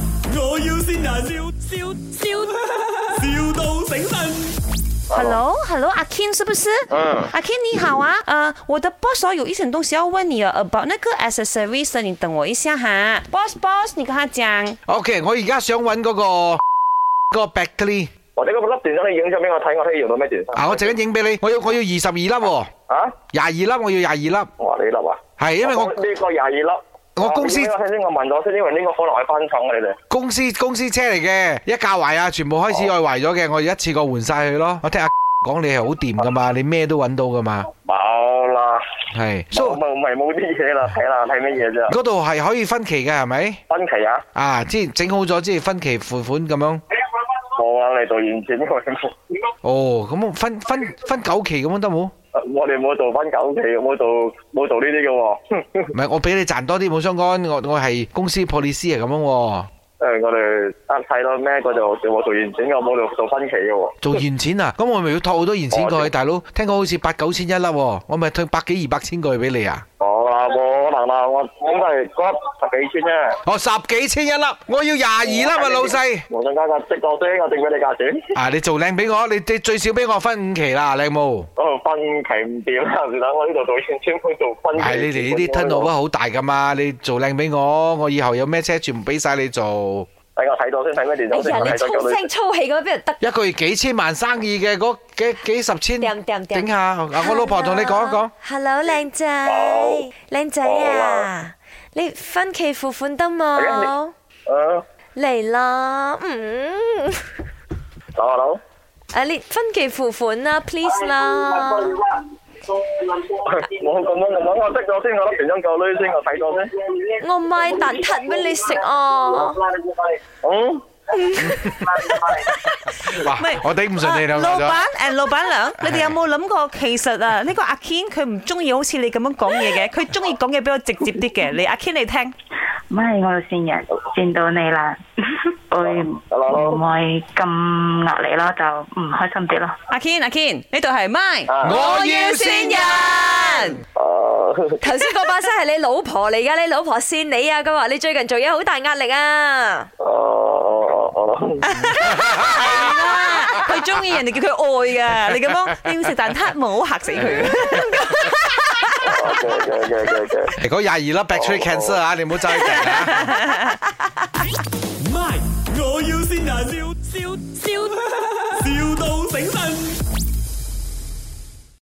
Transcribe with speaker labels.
Speaker 1: 要先人，笑笑笑，,笑到醒神。
Speaker 2: Hello，Hello，阿 Ken 是不是？
Speaker 3: 嗯
Speaker 2: 阿 Ken 你好啊，呃，我的 boss 哦有一些东西要问你啊，about 那个 accessories，的你等我一下哈。Boss，Boss，你跟他讲。
Speaker 4: OK，我而家想揾嗰、個嗰個 Beckley
Speaker 3: 或者嗰粒段生你影咗俾我睇，我睇用到咩段生？
Speaker 4: 啊，我陣間影俾你，我要我要二十二粒喎，
Speaker 3: 啊！
Speaker 4: 廿二粒我要廿二粒，
Speaker 3: 我話你粒啊，
Speaker 4: 係因為我
Speaker 3: 呢個廿二粒。
Speaker 4: 我公司
Speaker 3: 啊你影俾我睇先，我問咗先，因為呢個可能係翻廠嘅你哋。
Speaker 4: 公司公司車嚟嘅，一架壞啊，全部開始愛壞咗嘅，我一次過換晒佢咯。我聽阿講你係好掂噶嘛，你咩都揾到噶嘛，
Speaker 3: 冇啦，
Speaker 4: 係
Speaker 3: 冇
Speaker 4: ，so
Speaker 3: 冇咪冇啲 嘢啦，睇啦睇乜嘢啫？
Speaker 4: 嗰度係可以分期嘅係咪？
Speaker 3: 分期啊，
Speaker 4: 啊，即係整好咗之後分期付款咁樣。
Speaker 3: 冇啊，你做完錢我哋冇
Speaker 4: 哦，咁我分分分九期咁樣得冇？唔
Speaker 3: 我哋冇做分九期，冇做冇做呢啲嘅喎。
Speaker 4: 係我俾你賺多啲冇相干，我我係公司 policy 係咁樣喎。
Speaker 3: 誒，我哋啱睇到咩嗰度我做完錢嘅，冇做做分期嘅喎。
Speaker 4: 做現錢啊？咁我咪要托好多現錢過
Speaker 3: 哦
Speaker 4: 去，大佬。聽講好似八九千一粒喎，我咪退百幾二百千過去俾你啊？
Speaker 3: 冇啦，冇可能啦，我應該係嗰粒十幾千啫。
Speaker 4: 哦，十幾千一粒，我要廿二粒啊，老 細。
Speaker 3: 無信加價，即我先，我定俾你價錢。
Speaker 4: 啊，你做靚俾我，你你最少俾我分五期啦，靚冇？
Speaker 3: 嗰度分期唔掂啦，唔等我呢度做完先去做分期。
Speaker 4: 係你哋呢啲吞路好大噶嘛？你做靚俾我，我以後有咩車全部俾晒你做。
Speaker 3: 等我睇到先，睇咩電
Speaker 5: 哎
Speaker 3: 腦先，
Speaker 5: 呀，
Speaker 3: 我
Speaker 5: 你
Speaker 3: 睇到
Speaker 5: 粗
Speaker 3: 咗
Speaker 5: 聲粗氣咁，邊度得？
Speaker 4: 一個月幾千萬生意嘅嗰幾幾十千，
Speaker 5: 掂掂掂
Speaker 4: 頂下。啊，我老婆同你講一講。
Speaker 6: Hello，靚仔
Speaker 3: 冇，
Speaker 6: 靚仔啊，你分期付款得
Speaker 5: 哎
Speaker 6: 冇？
Speaker 3: 你。啊，
Speaker 6: 嚟啦，嗯，
Speaker 3: 等我諗。
Speaker 6: 啊你分期付款啦，please
Speaker 5: 哎
Speaker 6: 啦。
Speaker 3: 我咁樣咁樣，我即咗先，我粒電鐘夠女先，我睇咗先。
Speaker 6: 我買蛋撻俾你食啊！
Speaker 3: 嗯，
Speaker 4: 哇
Speaker 2: 唔係，
Speaker 4: 我頂唔順你兩個
Speaker 2: 老
Speaker 4: 咗。
Speaker 2: 闆誒，老闆娘，你哋有冇諗過其實啊，呢個阿 Ken 佢唔中意好似你咁樣講嘢嘅，佢中意講嘢比較直接啲嘅。你阿 Ken 你聽，
Speaker 7: 唔係我哋善人善到你啦， 會唔會咁壓力咯？就唔開心啲咯。
Speaker 2: 阿 Ken 阿 Ken 呢度係 My，
Speaker 3: 啊
Speaker 4: 我要先
Speaker 2: 人。
Speaker 3: 啊，
Speaker 5: 頭先嗰把聲係你老婆嚟噶，你老婆扇你啊！佢話你最近做嘢好大壓力啊！
Speaker 3: 哦，我諗。
Speaker 2: 係啦，佢中意人哋叫佢愛噶，你咁樣你要食蛋撻冇嚇死佢。
Speaker 3: 嘅嘅嘅嘅嘅。
Speaker 4: 嗰廿二粒 battery cancer 啊，你唔好再定啊！
Speaker 1: My，我要先人，笑